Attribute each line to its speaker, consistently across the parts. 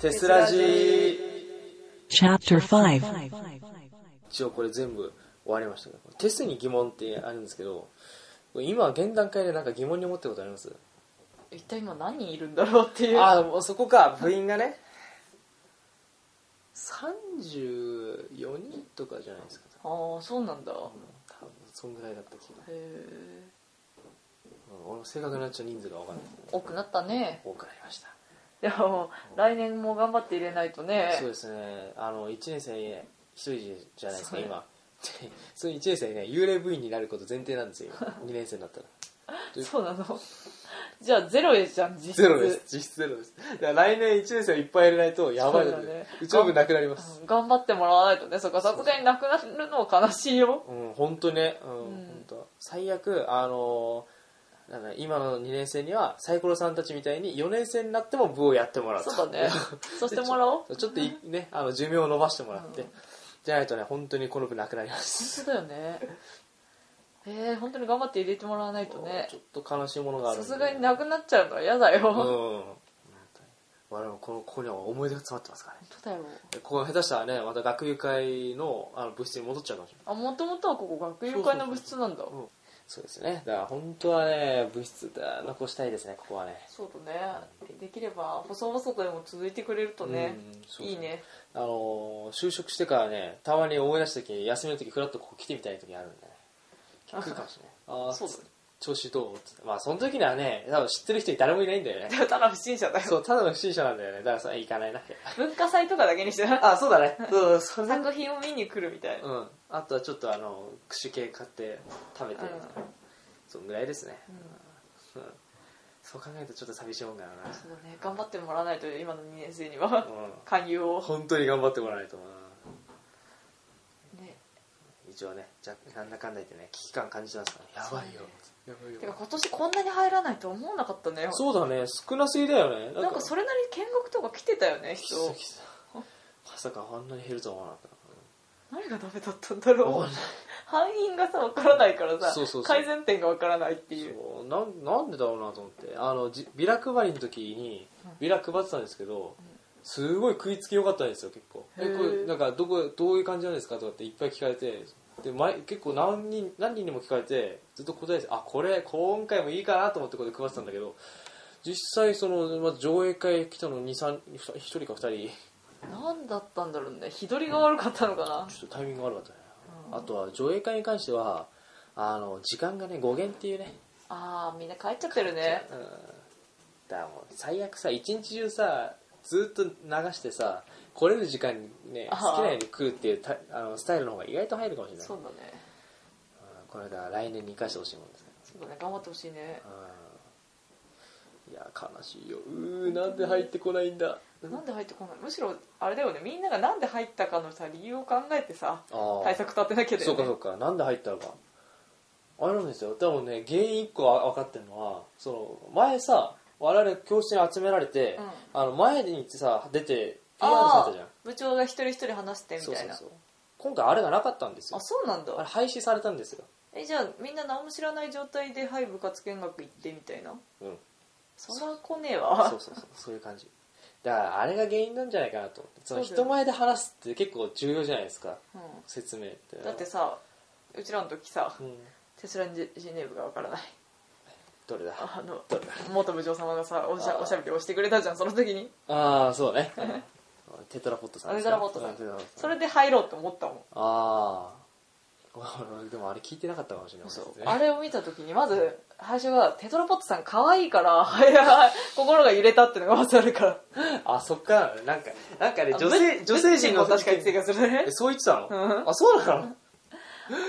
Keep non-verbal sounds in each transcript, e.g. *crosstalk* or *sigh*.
Speaker 1: テスラジー
Speaker 2: Chapter 5.
Speaker 1: 一応これ全部終わりましたけどテスに疑問ってあるんですけど今現段階でなんか疑問に思ってることあります
Speaker 3: 一体今何人いるんだろうっていう
Speaker 1: ああそこか部員がね34人とかじゃないですか
Speaker 3: ああそうなんだ、
Speaker 1: 多分そんぐらいだった気が
Speaker 3: へえ
Speaker 1: うん俺も正確なちょっと人数が分かんないけど
Speaker 3: 多くなったね
Speaker 1: 多くなりました
Speaker 3: いやもう来年も頑張って入れないとね
Speaker 1: そうですねあの1年生一人じゃないですか
Speaker 3: そう
Speaker 1: 今 *laughs* その1年生ね幽霊部員になること前提なんですよ2年生になったらす
Speaker 3: そうなのじゃあゼロですじゃん実質
Speaker 1: ゼロです実質ゼロですだから来年1年生をいっぱい入れないとやばいの
Speaker 3: そうだ
Speaker 1: で
Speaker 3: ね
Speaker 1: うちの部なくなります
Speaker 3: うん頑張ってもらわないとねそっかさすがになくなるのは悲しいよ
Speaker 1: うん本当ねうん
Speaker 3: うん
Speaker 1: 本当最悪あのーなんだ今の2年生にはサイコロさんたちみたいに4年生になっても部をやってもらうと
Speaker 3: そうだねそうしてもらおう
Speaker 1: ちょっといねあの寿命を延ばしてもらって、
Speaker 3: うん
Speaker 1: じゃないとね本当にこの部なくなります
Speaker 3: 本当だよねえー、本当に頑張って入れてもらわないとね
Speaker 1: ちょっと悲しいものがあるん
Speaker 3: さ
Speaker 1: です
Speaker 3: がになくなっちゃうのは嫌だよ、
Speaker 1: うん
Speaker 3: 本
Speaker 1: 本当に我々もこのここには思い出が詰まってますからね
Speaker 3: 当だよ
Speaker 1: でここ下手したらねまた学友会のあの部室に戻っちゃうかもしれない
Speaker 3: あもともとはここ学友会の部室なんだ
Speaker 1: そうそうですねだから本当はね部室だ残したいですねここはね
Speaker 3: そうだねできれば細々とでも続いてくれるとね
Speaker 1: うんそうそう
Speaker 3: いいね
Speaker 1: あのー就職してからねたまに思い出した時休みの時ふらっとここ来てみたい時あるんでね来るかもしれない *laughs* あー
Speaker 3: そうだね
Speaker 1: 調子どうつってまあその時にはね多分知ってる人に誰もいないんだよね *laughs*
Speaker 3: でもただ不審者だ
Speaker 1: そ
Speaker 3: よ
Speaker 1: うただの不審者なんだよねだからさ行かないな
Speaker 3: 文化祭とかだけにして
Speaker 1: *laughs* あそうだねそうそうそう
Speaker 3: 作品を見に来るみたいな、
Speaker 1: うんあとはちょっとあの串系買って食べて
Speaker 3: うん
Speaker 1: そんぐらいですね
Speaker 3: うん
Speaker 1: そう考えるとちょっと寂しいもんだな
Speaker 3: そうだね頑張ってもらわないと今の2年生には
Speaker 1: うん
Speaker 3: 勧誘を、
Speaker 1: 本当に頑張ってもらわないとな
Speaker 3: ね、
Speaker 1: 一応ねじゃなんだかんだ言ってね危機感感じてますからねやばいよやばい
Speaker 3: てか今年こんなに入らないと思わなかったね
Speaker 1: そうだね少なすぎだよね
Speaker 3: なんかそれなりに見学とか来てたよね
Speaker 1: きつ
Speaker 3: 人
Speaker 1: いきついまさかあんなに減るとは思わなかっ
Speaker 3: 何がダメだったんだ
Speaker 1: た思
Speaker 3: ろ
Speaker 1: わ
Speaker 3: う
Speaker 1: ない
Speaker 3: 範囲がさ分からないからさ
Speaker 1: そうそうそう
Speaker 3: 改善点が分からないっていう
Speaker 1: そうなんなんでだろうなと思ってあのじビラ配りの時にビラ配ってたんですけど、すごい食いつき良かったんですよ結構「え
Speaker 3: へー
Speaker 1: これなんかどこどういう感じなんですか?」とかっていっぱい聞かれてで前結構何人何人にも聞かれてずっと答えて「あこれ今回もいいかな」と思ってここで配ってたんだけど実際その、まあ、上映会来たの23 1人か2人ち
Speaker 3: 何だったんだろうね日取りが悪かったのかな
Speaker 1: ょっとタイミング悪かったね、
Speaker 3: うん
Speaker 1: あとは上映会に関してはあの時間がね5限っていうね
Speaker 3: あーみんな帰っちゃってるね
Speaker 1: うんだからもう最悪さ一日中さずっと流してさ来れる時間にね
Speaker 3: あ
Speaker 1: 好
Speaker 3: ー
Speaker 1: きなように食うっていうたあのスタイルの方が意外と入るかもしれない
Speaker 3: そうだね
Speaker 1: うんこれだから来年に生かしてほしいもんですね
Speaker 3: そうだね頑張ってほしいね
Speaker 1: うんいや悲しいようーなんで入ってこないんだ
Speaker 3: なんで入ってこないむしろあれだよねみんながなんで入ったかのさ理由を考えてさ
Speaker 1: あ
Speaker 3: 対策立てなきゃだ
Speaker 1: そ
Speaker 3: よ
Speaker 1: うか
Speaker 3: ね
Speaker 1: そうかなんで入ったのかあれなんですよ多分ね原因一個は分かってるのはその前さ我々教室に集められて、
Speaker 3: うん
Speaker 1: あの前にさ出て PR され
Speaker 3: あ
Speaker 1: た
Speaker 3: あ
Speaker 1: じゃん
Speaker 3: 部長が一人一人話してみたい
Speaker 1: そう
Speaker 3: な
Speaker 1: そうそう今回あれがなかったんですよ
Speaker 3: あそうなん
Speaker 1: あれ
Speaker 3: だ
Speaker 1: 廃止されたんですよ
Speaker 3: えじゃあみんな何も知らない状態で「はい部活見学行って」みたいな
Speaker 1: うん
Speaker 3: そんな来ねえ
Speaker 1: そ
Speaker 3: わ
Speaker 1: うそうそうそういう感じだからあれが原因なんじゃないかなと思ってその
Speaker 3: そうだよ
Speaker 1: 人前で話すって結構重要じゃないですか
Speaker 3: う
Speaker 1: 説明って
Speaker 3: んだってさうちらの時さ *laughs*
Speaker 1: うん
Speaker 3: テスラジェネーブがわからない
Speaker 1: どれだあ
Speaker 3: あの
Speaker 1: どれ
Speaker 3: 元部長様がさおし
Speaker 1: あ
Speaker 3: ゃ
Speaker 1: ー
Speaker 3: おしゃべりをしてくれたじゃんその時に
Speaker 1: あーそうね *laughs* テトラポットさんですか
Speaker 3: テトラポットさん
Speaker 1: うテトラポット
Speaker 3: それで入ろうって思ったもん
Speaker 1: ああ俺でもあれ聞いてなかったかもしれない
Speaker 3: そう
Speaker 1: ね
Speaker 3: あれを見た時にまず最初が「テトラポットさん可愛いから *laughs* はいはい心が揺れた」ってのがまずあるから
Speaker 1: あそっからなんかなんかね
Speaker 3: あ
Speaker 1: 女性
Speaker 3: ぶ
Speaker 1: 女性陣の
Speaker 3: ぶっちんこ確かに追加するね
Speaker 1: えそう言ってたの、
Speaker 3: うん
Speaker 1: あそうなの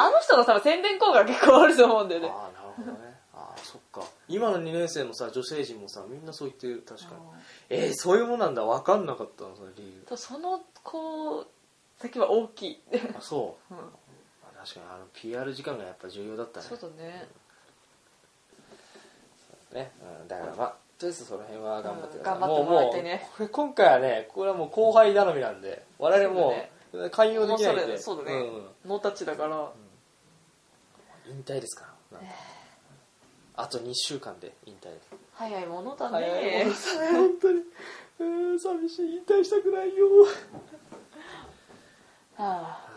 Speaker 3: あの人のさ宣伝効果が結構あると思うんだよね
Speaker 1: ああなるほど
Speaker 3: *laughs*
Speaker 1: ねああそっか今の2年生のさ女性陣もさみんなそう言ってる確かにえー、そういうもんなんだ分かんなかったのその理由
Speaker 3: うんその子先は大きい、
Speaker 1: あそう
Speaker 3: うん
Speaker 1: まあ確かにあの PR 時間がやっぱ重要だったね
Speaker 3: そうだね
Speaker 1: ね、うん、だからまあとりあえずその辺は頑張ってください、
Speaker 3: うん頑張ってもらってね
Speaker 1: ううこれ今回はねこれはもう後輩頼みなんで我々もう寛容できないんで
Speaker 3: もうそうだね
Speaker 1: ん
Speaker 3: ノータッチだから
Speaker 1: 引退ですからなんかあと2週間で引退
Speaker 3: 早いものだね
Speaker 1: 早いもんですね本当にえー、寂しい引退したくないよ
Speaker 3: ああ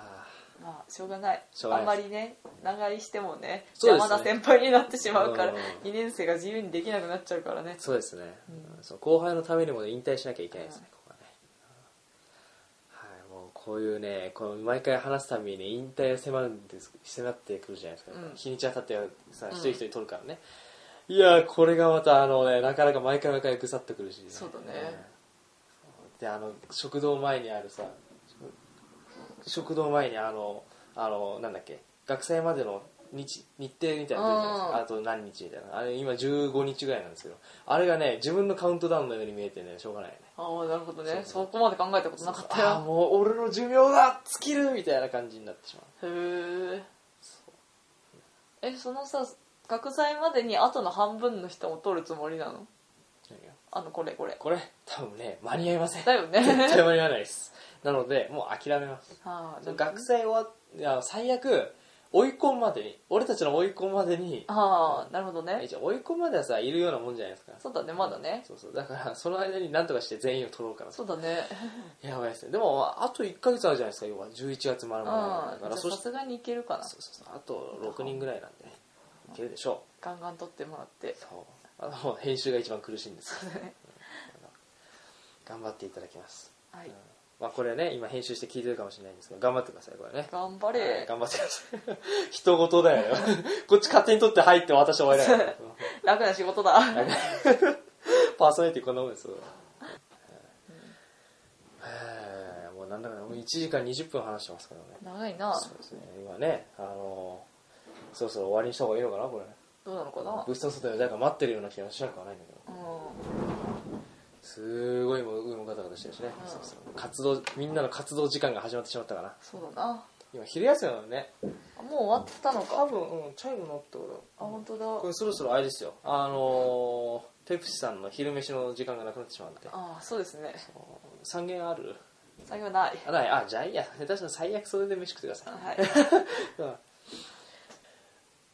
Speaker 3: まあしょうがない
Speaker 1: しょうが
Speaker 3: あ
Speaker 1: ない
Speaker 3: んまりね長居してもね
Speaker 1: そう
Speaker 3: 邪
Speaker 1: ですね
Speaker 3: 魔な先輩になってしまうから
Speaker 1: うん
Speaker 3: 2年生が自由にできなくなっちゃうからね
Speaker 1: そうですね、うんそう後輩のためにも、ね、引退しなきゃいけないですね、ここはねはいもうこういうねこの毎回話すたびに引退が迫るんです迫ってくるじゃないですか、
Speaker 3: うん
Speaker 1: 日にち当たってさ
Speaker 3: うん
Speaker 1: 一人一人取るからね、いやーこれがまたあのねなかなか毎回毎回ぐさっとくるし、
Speaker 3: そうだね
Speaker 1: うんであの食堂前にあるさ食堂前にあのあのなんだっけ学祭までの日日程みたいなの出るじゃないです
Speaker 3: うん
Speaker 1: かあと何日みたいなあれ今15日ぐらいなんですけどあれがね自分のカウントダウンのように見えてねしょうがないよね
Speaker 3: ああなるほどね
Speaker 1: そ
Speaker 3: そこまで考えたことなかった
Speaker 1: ああ
Speaker 3: よ
Speaker 1: もう俺の寿命が尽きるみたいな感じになってしまう
Speaker 3: へええそのさ学祭までに後の半分の人も取るつもりなの
Speaker 1: 何が
Speaker 3: あのこれこれ
Speaker 1: これ多分ね間に合いません
Speaker 3: だ
Speaker 1: 絶
Speaker 3: よね
Speaker 1: *laughs* 対間に合わないですなのでもう諦めます
Speaker 3: ああ
Speaker 1: 学祭終わいや最悪追い込むまでに俺たちの追い込むまでに
Speaker 3: ああなるほどね
Speaker 1: 一応追い込むまではさいるようなもんじゃないですか
Speaker 3: そうだねまだね
Speaker 1: そうそうだからその間に何とかして全員を取ろうかなと
Speaker 3: そうだね
Speaker 1: やばいですねでもあと1ヶ月あるじゃないですか要は11月ま
Speaker 3: う
Speaker 1: る
Speaker 3: ん
Speaker 1: まるだ
Speaker 3: じ
Speaker 1: か
Speaker 3: ゃ
Speaker 1: ら
Speaker 3: あ
Speaker 1: そ
Speaker 3: さ
Speaker 1: して
Speaker 3: すがにいけるかな
Speaker 1: そうそうそうあと6人ぐらいなんでねいけるでしょ
Speaker 3: ガンガン取ってもらって
Speaker 1: うそうあのもう編集が一番苦しいんですけ
Speaker 3: *laughs*
Speaker 1: ど
Speaker 3: ね
Speaker 1: 頑張っていただきます、
Speaker 3: は
Speaker 1: う
Speaker 3: い
Speaker 1: んまあ、これね今編集して聞いてるかもしれないんですけど頑張ってくださいこれね
Speaker 3: 頑張
Speaker 1: はい
Speaker 3: れ
Speaker 1: 頑張ってください *laughs* 人事だよこっち勝手に取って入って私終わりだから
Speaker 3: 楽な仕事だ
Speaker 1: *laughs* パーソナリティこんなもんですよへえもうなんだかんだもう1時間20分話してますからね
Speaker 3: 長いな
Speaker 1: そうですね今ねあのーそろそろ終わりにした方がいいのかなこれ
Speaker 3: どうなのかな
Speaker 1: 物質の外で誰か待ってるような気がしなくはないんだけど
Speaker 3: う
Speaker 1: すごいもう上もガタガタしてるしね、
Speaker 3: うん
Speaker 1: そうそう活動みんなの活動時間が始まってしまったかなん
Speaker 3: そうだな
Speaker 1: 今昼休みなのね
Speaker 3: あもう終わったのか
Speaker 1: 多分、うん、チャイム鳴ったから
Speaker 3: あ本当
Speaker 1: こ
Speaker 3: だ
Speaker 1: れそろそろあれですよあのーペプシさんの昼飯の時間がなくなってしまうんで
Speaker 3: あそうですね
Speaker 1: 3軒ある
Speaker 3: 作業ない
Speaker 1: あないあじゃあいいや下手したら最悪それで飯食ってください
Speaker 3: はい
Speaker 1: うん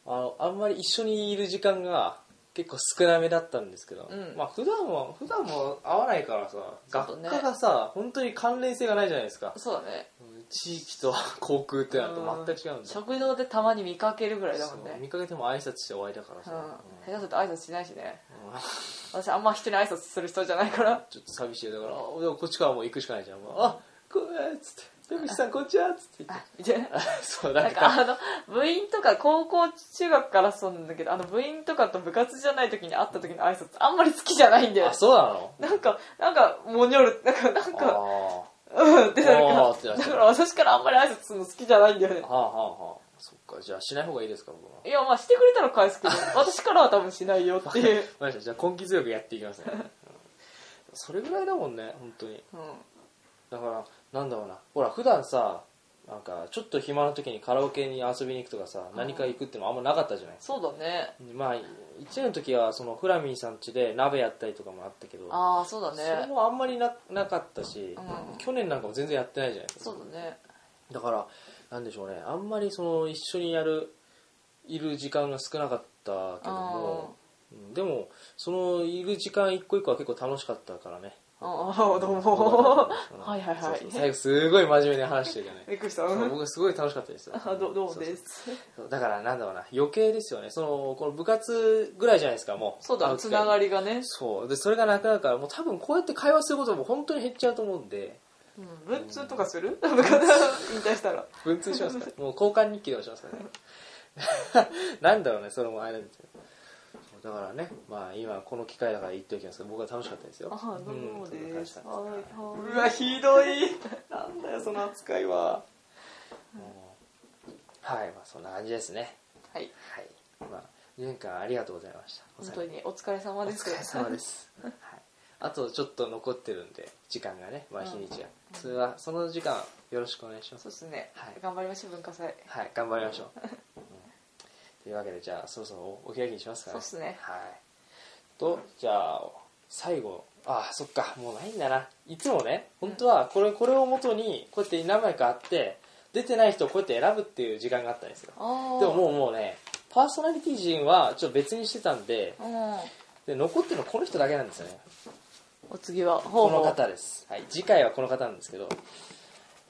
Speaker 1: あのあんまり一緒にいる時間が結構少なめだったんですけど、
Speaker 3: うん
Speaker 1: まあ普段は普段も会わないからさ、
Speaker 3: そう
Speaker 1: 学
Speaker 3: だね
Speaker 1: 科がさ本当に関連性がないじゃないですか
Speaker 3: そうだね
Speaker 1: 地域と *laughs* 航空ってなると全く違うんだよ
Speaker 3: 食堂でたまに見かけるぐらいだもん
Speaker 1: そう
Speaker 3: ね
Speaker 1: 見かけても挨拶して終わりだから
Speaker 3: う
Speaker 1: さ、
Speaker 3: ん
Speaker 1: うん
Speaker 3: 下手すると挨拶しないしね
Speaker 1: うん
Speaker 3: 私あんま人に挨拶する人じゃない
Speaker 1: *laughs*
Speaker 3: から
Speaker 1: ちょっと寂しいよだからあでもこっちからもう行くしかないじゃんもうあこれっつって「ペプシさんこんにちは」っつって言 *laughs* って
Speaker 3: みたいな
Speaker 1: そうな
Speaker 3: なんん
Speaker 1: か
Speaker 3: かあの部員とか高校中学からそうなんだけどあの部員とかと部活じゃない時に会った時の挨拶あんまり好きじゃないんだよ
Speaker 1: あそうなの
Speaker 3: なんかなんかもにょるなんかなん
Speaker 1: ああ
Speaker 3: かうんってなる
Speaker 1: あーって
Speaker 3: か
Speaker 1: な
Speaker 3: ら
Speaker 1: っちゃ
Speaker 3: だ
Speaker 1: う
Speaker 3: から私からあんまり挨拶するの好きじゃないんだよね
Speaker 1: はあはあはあそっかじゃあしない方がいいですか僕はい
Speaker 3: やまあしてくれたら返すけど私からは多分しないよっていう、
Speaker 1: *laughs* わかりましたじゃあ根気強くやっていきますね、うんそれぐらいだもんね本当に
Speaker 3: うん、
Speaker 1: だからなんだろうなほら普段さなんかちょっと暇な時にカラオケに遊びに行くとかさ何か行くってのあんまなかったじゃない
Speaker 3: そうだね
Speaker 1: まあ1年の時はそのフラミンさん家で鍋やったりとかもあったけど
Speaker 3: ああそうだ
Speaker 1: それ
Speaker 3: ね
Speaker 1: もあんまりななかったし、
Speaker 3: うん
Speaker 1: 去年なんかも全然やってないじゃないですか
Speaker 3: そうだね
Speaker 1: だからなんでしょうねあんまりその一緒にやるいる時間が少なかったけどもうんでもそのいる時間一個一個は結構楽しかったから
Speaker 3: *laughs*
Speaker 1: ね
Speaker 3: あーあーどうも
Speaker 1: うん
Speaker 3: *laughs* はいはいはい
Speaker 1: そうそう最後すごい真面目に話してるじゃない
Speaker 3: びっくりした
Speaker 1: そ
Speaker 3: *laughs*
Speaker 1: う
Speaker 3: あ
Speaker 1: 僕すごい楽しかったですよ
Speaker 3: ーどうどうも
Speaker 1: そ
Speaker 3: で
Speaker 1: う
Speaker 3: す
Speaker 1: そうそうだからなんだろうな余計ですよねそのこの部活ぐらいじゃないですかもう
Speaker 3: そうだ
Speaker 1: 会
Speaker 3: ね
Speaker 1: う機
Speaker 3: つ
Speaker 1: 会
Speaker 3: ながりがね、
Speaker 1: そうでそれがなくなるからもう多分こうやって会話することも本当に減っちゃうと思うんで
Speaker 3: うん、 *laughs* 文通とかする部活引退したら
Speaker 1: 文通します
Speaker 3: *laughs*
Speaker 1: からもう交換日記でもしますからね *laughs* なんだろうねそれもあれなんですよだからねまあ今この機会だから言っておきますけど僕は楽しかったですよ
Speaker 3: あーどうも
Speaker 1: ん楽
Speaker 3: で
Speaker 1: しか
Speaker 3: す
Speaker 1: った
Speaker 3: はいはいう
Speaker 1: わひど
Speaker 3: *laughs*
Speaker 1: いなんだよその扱いはもうはいまあそんな感じですね
Speaker 3: はい
Speaker 1: はいまあ2年間ありがとうございました
Speaker 3: 本当にねお疲れ様
Speaker 1: お
Speaker 3: です
Speaker 1: 疲れ様です、はい、あとちょっと残ってるんで時間がねまあ日にちが、それはその時間よろしくお願いします
Speaker 3: そうですね、
Speaker 1: はい
Speaker 3: 頑張りましょう文化祭
Speaker 1: はい、頑張りましょう。うんというわけで、じゃあ、そろそろおお開きにしますかね。
Speaker 3: そうっすね
Speaker 1: はい。と、じゃあ、最後、ああ、そっか、もうないんだな。いつもね、本当は、これ、これをもとに、こうやって何枚かあって、出てない人をこうやって選ぶっていう時間があったんですよ。
Speaker 3: ああ
Speaker 1: でももう、もうね、パーソナリティ陣はちょっと別にしてたんで、
Speaker 3: うん
Speaker 1: で残ってるのこの人だけなんですよね。
Speaker 3: お次は
Speaker 1: こ
Speaker 3: 方
Speaker 1: の
Speaker 3: 法
Speaker 1: 方です、はい、次回はこの方なんですけど、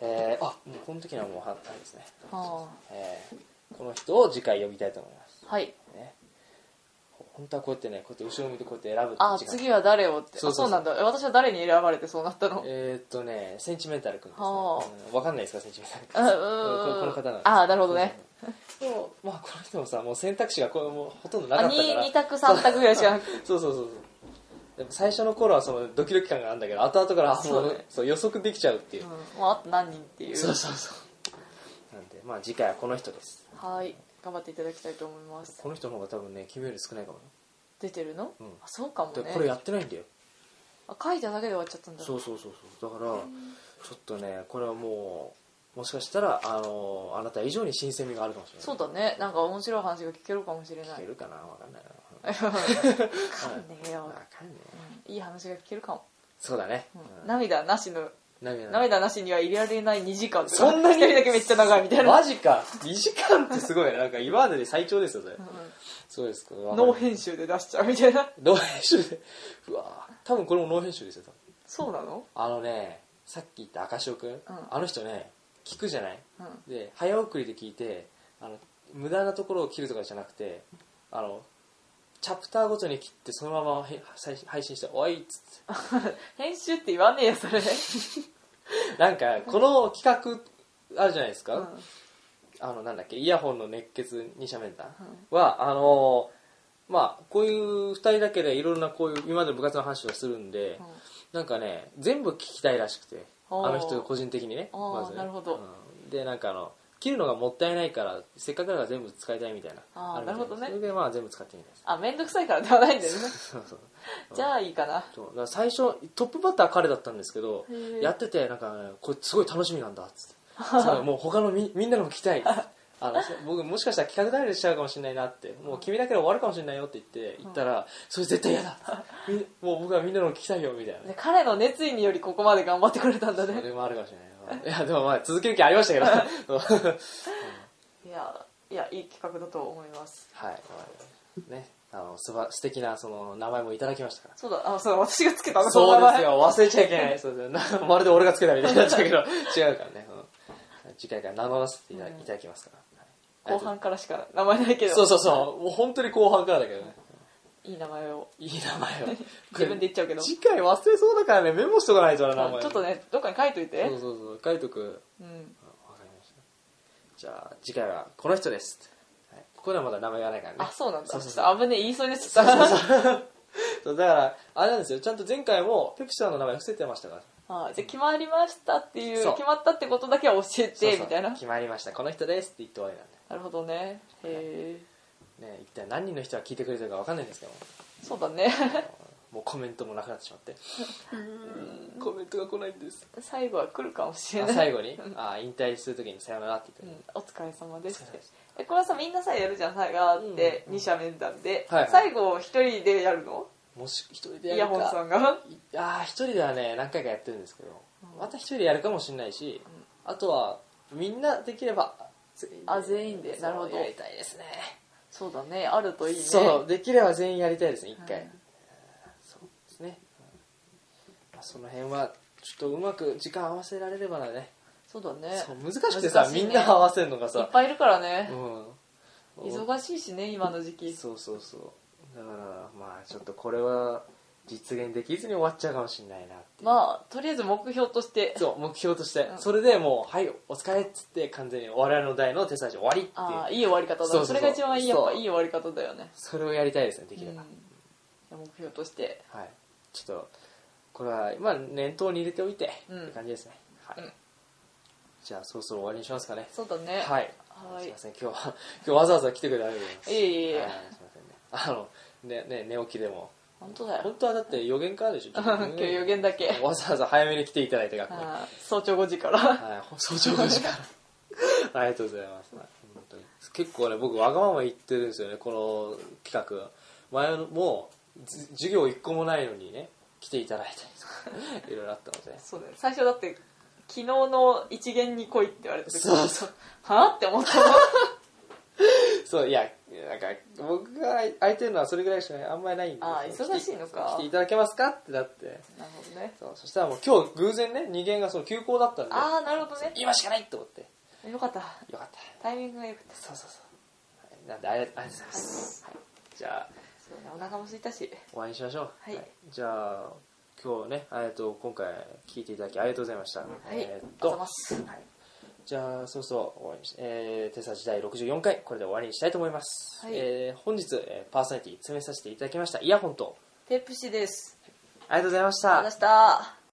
Speaker 1: えー、あもうこの時にはもう反対ですね、
Speaker 3: は
Speaker 1: えーこの人を次回呼びたいと思います、
Speaker 3: あはい
Speaker 1: ね、本当はこうやってねこうやって後ろ向いてこうやって選ぶって
Speaker 3: あ
Speaker 1: 時間
Speaker 3: 次は誰をってあ
Speaker 1: そ
Speaker 3: そうう
Speaker 1: そうそう
Speaker 3: なんだ私は誰に選ばれてそうなったの
Speaker 1: えーっとねセンチメンタル君ですね、
Speaker 3: は
Speaker 1: うんわかんないですかセンチメンタル君
Speaker 3: うん
Speaker 1: このこの方なんです
Speaker 3: ああなるほどね
Speaker 1: でもまあこの人もさもう選択肢がこれもうほとんどな
Speaker 3: あ
Speaker 1: かったか
Speaker 3: 2,
Speaker 1: ら
Speaker 3: 二択3択ぐらいしかなくて
Speaker 1: そうそうそうそうでも最初の頃はそのドキドキ感があるんだけど後々からあもう
Speaker 3: そうね
Speaker 1: そう予測できちゃうっていう、
Speaker 3: うんまああと何人っていう
Speaker 1: そうそうそうなんでまあ次回はこの人です
Speaker 3: はい頑張っていただきたいと思います
Speaker 1: この人の方が多分ね君より少ないかも
Speaker 3: 出てるの、
Speaker 1: うん
Speaker 3: あそうかも
Speaker 1: よ、
Speaker 3: ね
Speaker 1: これやってないんだよ
Speaker 3: あ書いただけで終わっちゃったんだ
Speaker 1: そうそうそうそうだからちょっとねこれはもうもしかしたらあのあなた以上に新鮮味があるかもしれない
Speaker 3: そうだねなんか面白い話が聞けるかもしれ
Speaker 1: 聞
Speaker 3: ない
Speaker 1: けるかなわかんないな
Speaker 3: *laughs* わ
Speaker 1: わかん
Speaker 3: かんねえよ、
Speaker 1: ねえ
Speaker 3: うんいい話が聞けるかも、
Speaker 1: そうだね、
Speaker 3: うん
Speaker 1: うん
Speaker 3: 涙なしの
Speaker 1: 涙
Speaker 3: 涙なしには入れられない2時間
Speaker 1: そんなに
Speaker 3: 一人だけめっちゃ長いみたいな、
Speaker 1: マジか2時間ってすごいねなんか今までで最長ですよそれ、
Speaker 3: う
Speaker 1: そうですか
Speaker 3: ん、ノー編集で出しちゃうみたいな
Speaker 1: ノー編集でうわー多分これもノー編集ですよ多分
Speaker 3: そうなの、
Speaker 1: あのねさっき言った赤潮くん、あの人ね聞くじゃない
Speaker 3: うん、
Speaker 1: で早送りで聞いてあの無駄なところを切るとかじゃなくてあのチャプターごとに切ってそのままへ配信配信して「おい」っつっ
Speaker 3: 編集って言わねえよそれ、
Speaker 1: てなんかこの企画あるじゃないです
Speaker 3: う
Speaker 1: か、
Speaker 3: ん
Speaker 1: あのなんだっけイヤホンの熱血二者面談はあのーまあこういう2人だけでいろんなこういう今までの部活の話をするんで、なんかね全部聞きたいらしくてあ
Speaker 3: おー
Speaker 1: の人が個人的にね
Speaker 3: おー
Speaker 1: まずね
Speaker 3: なるほど
Speaker 1: うんでなんかあの切るのがもったいないからせっかくだから全部使いたいみたいな
Speaker 3: あ
Speaker 1: る
Speaker 3: ー
Speaker 1: みたい
Speaker 3: なるほどね
Speaker 1: それでまあ全部使ってみたいです
Speaker 3: あ面倒くさいからではないんだよね
Speaker 1: そうそう
Speaker 3: じゃあいいかな
Speaker 1: そうだから最初トップバッター彼だったんですけど
Speaker 3: へー
Speaker 1: やっててなんか、ね、これすごい楽しみなんだっつっ
Speaker 3: *laughs*
Speaker 1: てそうもう他のみみんなのも聞きたいっつってあのそう僕もしかしたら企画代理しちゃうかもしれないなってもう君だけで終わるかもしれないよって言って言ったら、それ絶対嫌だみ *laughs* もう僕はみんなのも聞きたいよみたいなね
Speaker 3: で彼の熱意によりここまで頑張ってくれたんだ
Speaker 1: そ
Speaker 3: ね
Speaker 1: れもあるかもしれないないやでもまあ続ける気ありましたけど *laughs* はい
Speaker 3: いやいやいい企画だと思います
Speaker 1: まあねあのすば素敵なその名前もいただきましたから
Speaker 3: そうだあそうだ私がつけたの
Speaker 1: そうです
Speaker 3: よ
Speaker 1: よ忘れちゃいけないそうですよな *laughs* まるで俺がつけたみたいになっちゃうけど違うからね、うん次回から名乗らせていただ,、
Speaker 3: うん
Speaker 1: いただきますから、はい
Speaker 3: 後半からしか名前ないけど
Speaker 1: そうそうそうもう本当に後半からだけどね *laughs*
Speaker 3: いい名前を
Speaker 1: いい名前を
Speaker 3: 自分で言っちゃうけど
Speaker 1: 次回忘れそうだからねメモしとかないとな名前
Speaker 3: ちょっとねどっかに書いといて
Speaker 1: そうそうそう書いとくわか
Speaker 3: うん
Speaker 1: りましたじゃあ次回はこの人です、はいここではまだ名前がないからね
Speaker 3: あそうなんだ
Speaker 1: そう
Speaker 3: ち
Speaker 1: そう
Speaker 3: ょっ
Speaker 1: そう
Speaker 3: と危ねえ言いそうになっちゃった
Speaker 1: そうだからあれなんですよちゃんと前回もペプシさんの名前伏せてましたから
Speaker 3: *laughs* あじゃあ決まりましたっていう
Speaker 1: そう
Speaker 3: 決まったってことだけは教え
Speaker 1: そう
Speaker 3: て
Speaker 1: そう
Speaker 3: みたいな
Speaker 1: 決まりましたこの人ですって言って終わりなんで
Speaker 3: なるほどねへえ
Speaker 1: ね、一体何人の人が聞いてくれてるか分かんないんですけど
Speaker 3: そうだ *laughs* ね
Speaker 1: もうコメントもなくなってしまってコメントが来ないん
Speaker 3: *laughs*
Speaker 1: です
Speaker 3: 最後は来るかもしれ
Speaker 1: あ
Speaker 3: ない
Speaker 1: 最後にあ引退する時に「さよなら」って
Speaker 3: う
Speaker 1: 言って、
Speaker 3: んお疲れ様ですっ
Speaker 1: お疲れ様
Speaker 3: て
Speaker 1: です
Speaker 3: えこれはさみんなさやるじゃんさがあって
Speaker 1: うん
Speaker 3: 二者面談で
Speaker 1: はいはい
Speaker 3: 最後一人でやるの
Speaker 1: もし一人で
Speaker 3: イ
Speaker 1: や
Speaker 3: ヤ
Speaker 1: るか
Speaker 3: ホンさんが
Speaker 1: いやー一人ではね何回かやってるんですけど、
Speaker 3: うん
Speaker 1: また一人でやるかもしれないし、
Speaker 3: ん
Speaker 1: あとはみんなできれば
Speaker 3: あ全員で
Speaker 1: そう
Speaker 3: なるほど
Speaker 1: やりたいですね
Speaker 3: そうだねあるといいね
Speaker 1: そうできれば全員やりたいですね一回、
Speaker 3: うん
Speaker 1: そうですね、まあその辺はちょっとうまく時間合わせられればだね
Speaker 3: そうだね
Speaker 1: そう難しくてさ、
Speaker 3: 難しい
Speaker 1: み
Speaker 3: ね
Speaker 1: んな合わせるのが
Speaker 3: いっ
Speaker 1: さ、
Speaker 3: ぱいいるからね
Speaker 1: うん、
Speaker 3: 忙しいしね今の時期
Speaker 1: そうそうそうだからまあちょっとこれは実現できずに終わっちゃうかもしれないなっていう
Speaker 3: まあとりあえず目標として
Speaker 1: そう目標として、
Speaker 3: うん
Speaker 1: それでもう「はいお疲れ」っつって完全に我々の代の手差し終わりって
Speaker 3: ああ
Speaker 1: いう
Speaker 3: いい終わり方だ
Speaker 1: そうそうそう
Speaker 3: それが一番いいやっぱ
Speaker 1: そう
Speaker 3: いい終わり方だよね
Speaker 1: それをやりたいですねで
Speaker 3: うん
Speaker 1: きれば、
Speaker 3: いや目標として
Speaker 1: はいちょっとこれはまあ念頭に入れておいて、
Speaker 3: うん
Speaker 1: って感じですねはい、
Speaker 3: うん
Speaker 1: じゃあそろそろ終わりにしますかね
Speaker 3: そうだね
Speaker 1: はい、
Speaker 3: はい
Speaker 1: すいません今日は *laughs* 今日わざわざ来てくれてありがとうございます
Speaker 3: いえいえいえ
Speaker 1: はいすいませんねあのねね寝起きでも
Speaker 3: 本当だよ
Speaker 1: 本当はだって予言からでしょ
Speaker 3: *laughs* 今日予言だけ
Speaker 1: わざわざ早めに来ていただいた学校に
Speaker 3: ああ早朝5時から
Speaker 1: はい早朝5時から
Speaker 3: *laughs*
Speaker 1: ありがとうございます、はい本当に結構ね僕わがまま言ってるんですよねこの企画前のもうず授業一個もないのにね来ていただいたりとか *laughs* いろいろあったので
Speaker 3: そうだよ最初だって昨日の一元に来いって言われた時
Speaker 1: *laughs* そうそう
Speaker 3: はあって思った
Speaker 1: そういやなんか僕が空いてるのはそれぐらいしかないあんまりないんで
Speaker 3: あー
Speaker 1: その
Speaker 3: 忙しいのか
Speaker 1: 来て来ていただけますかってなって
Speaker 3: なるほどね
Speaker 1: そうそしたらもう今日偶然ね2限がその休校だったんで
Speaker 3: ああなるほどね
Speaker 1: 今しかないと思って
Speaker 3: よかった
Speaker 1: よかった
Speaker 3: タイミングがよかった
Speaker 1: そうそうそうはいなんでありありがとうございます、はい、じゃあ
Speaker 3: そうねお腹も空いたし
Speaker 1: お会いしましょう、
Speaker 3: はい
Speaker 1: じゃあ今日ねえっと今回聞いていただきありがとうございましたはい
Speaker 3: ありが
Speaker 1: えー
Speaker 3: と
Speaker 1: っ
Speaker 3: うござい
Speaker 1: と
Speaker 3: ます
Speaker 1: じゃあそうそう終わりにしえー、手差時代64回これで終わりにしたいと思います、
Speaker 3: はい
Speaker 1: えー本日、えーパーソナリティ詰めさせていただきましたイヤホンと
Speaker 3: ペプシです
Speaker 1: ありがとうございまし
Speaker 3: あ
Speaker 1: た
Speaker 3: りがとうございました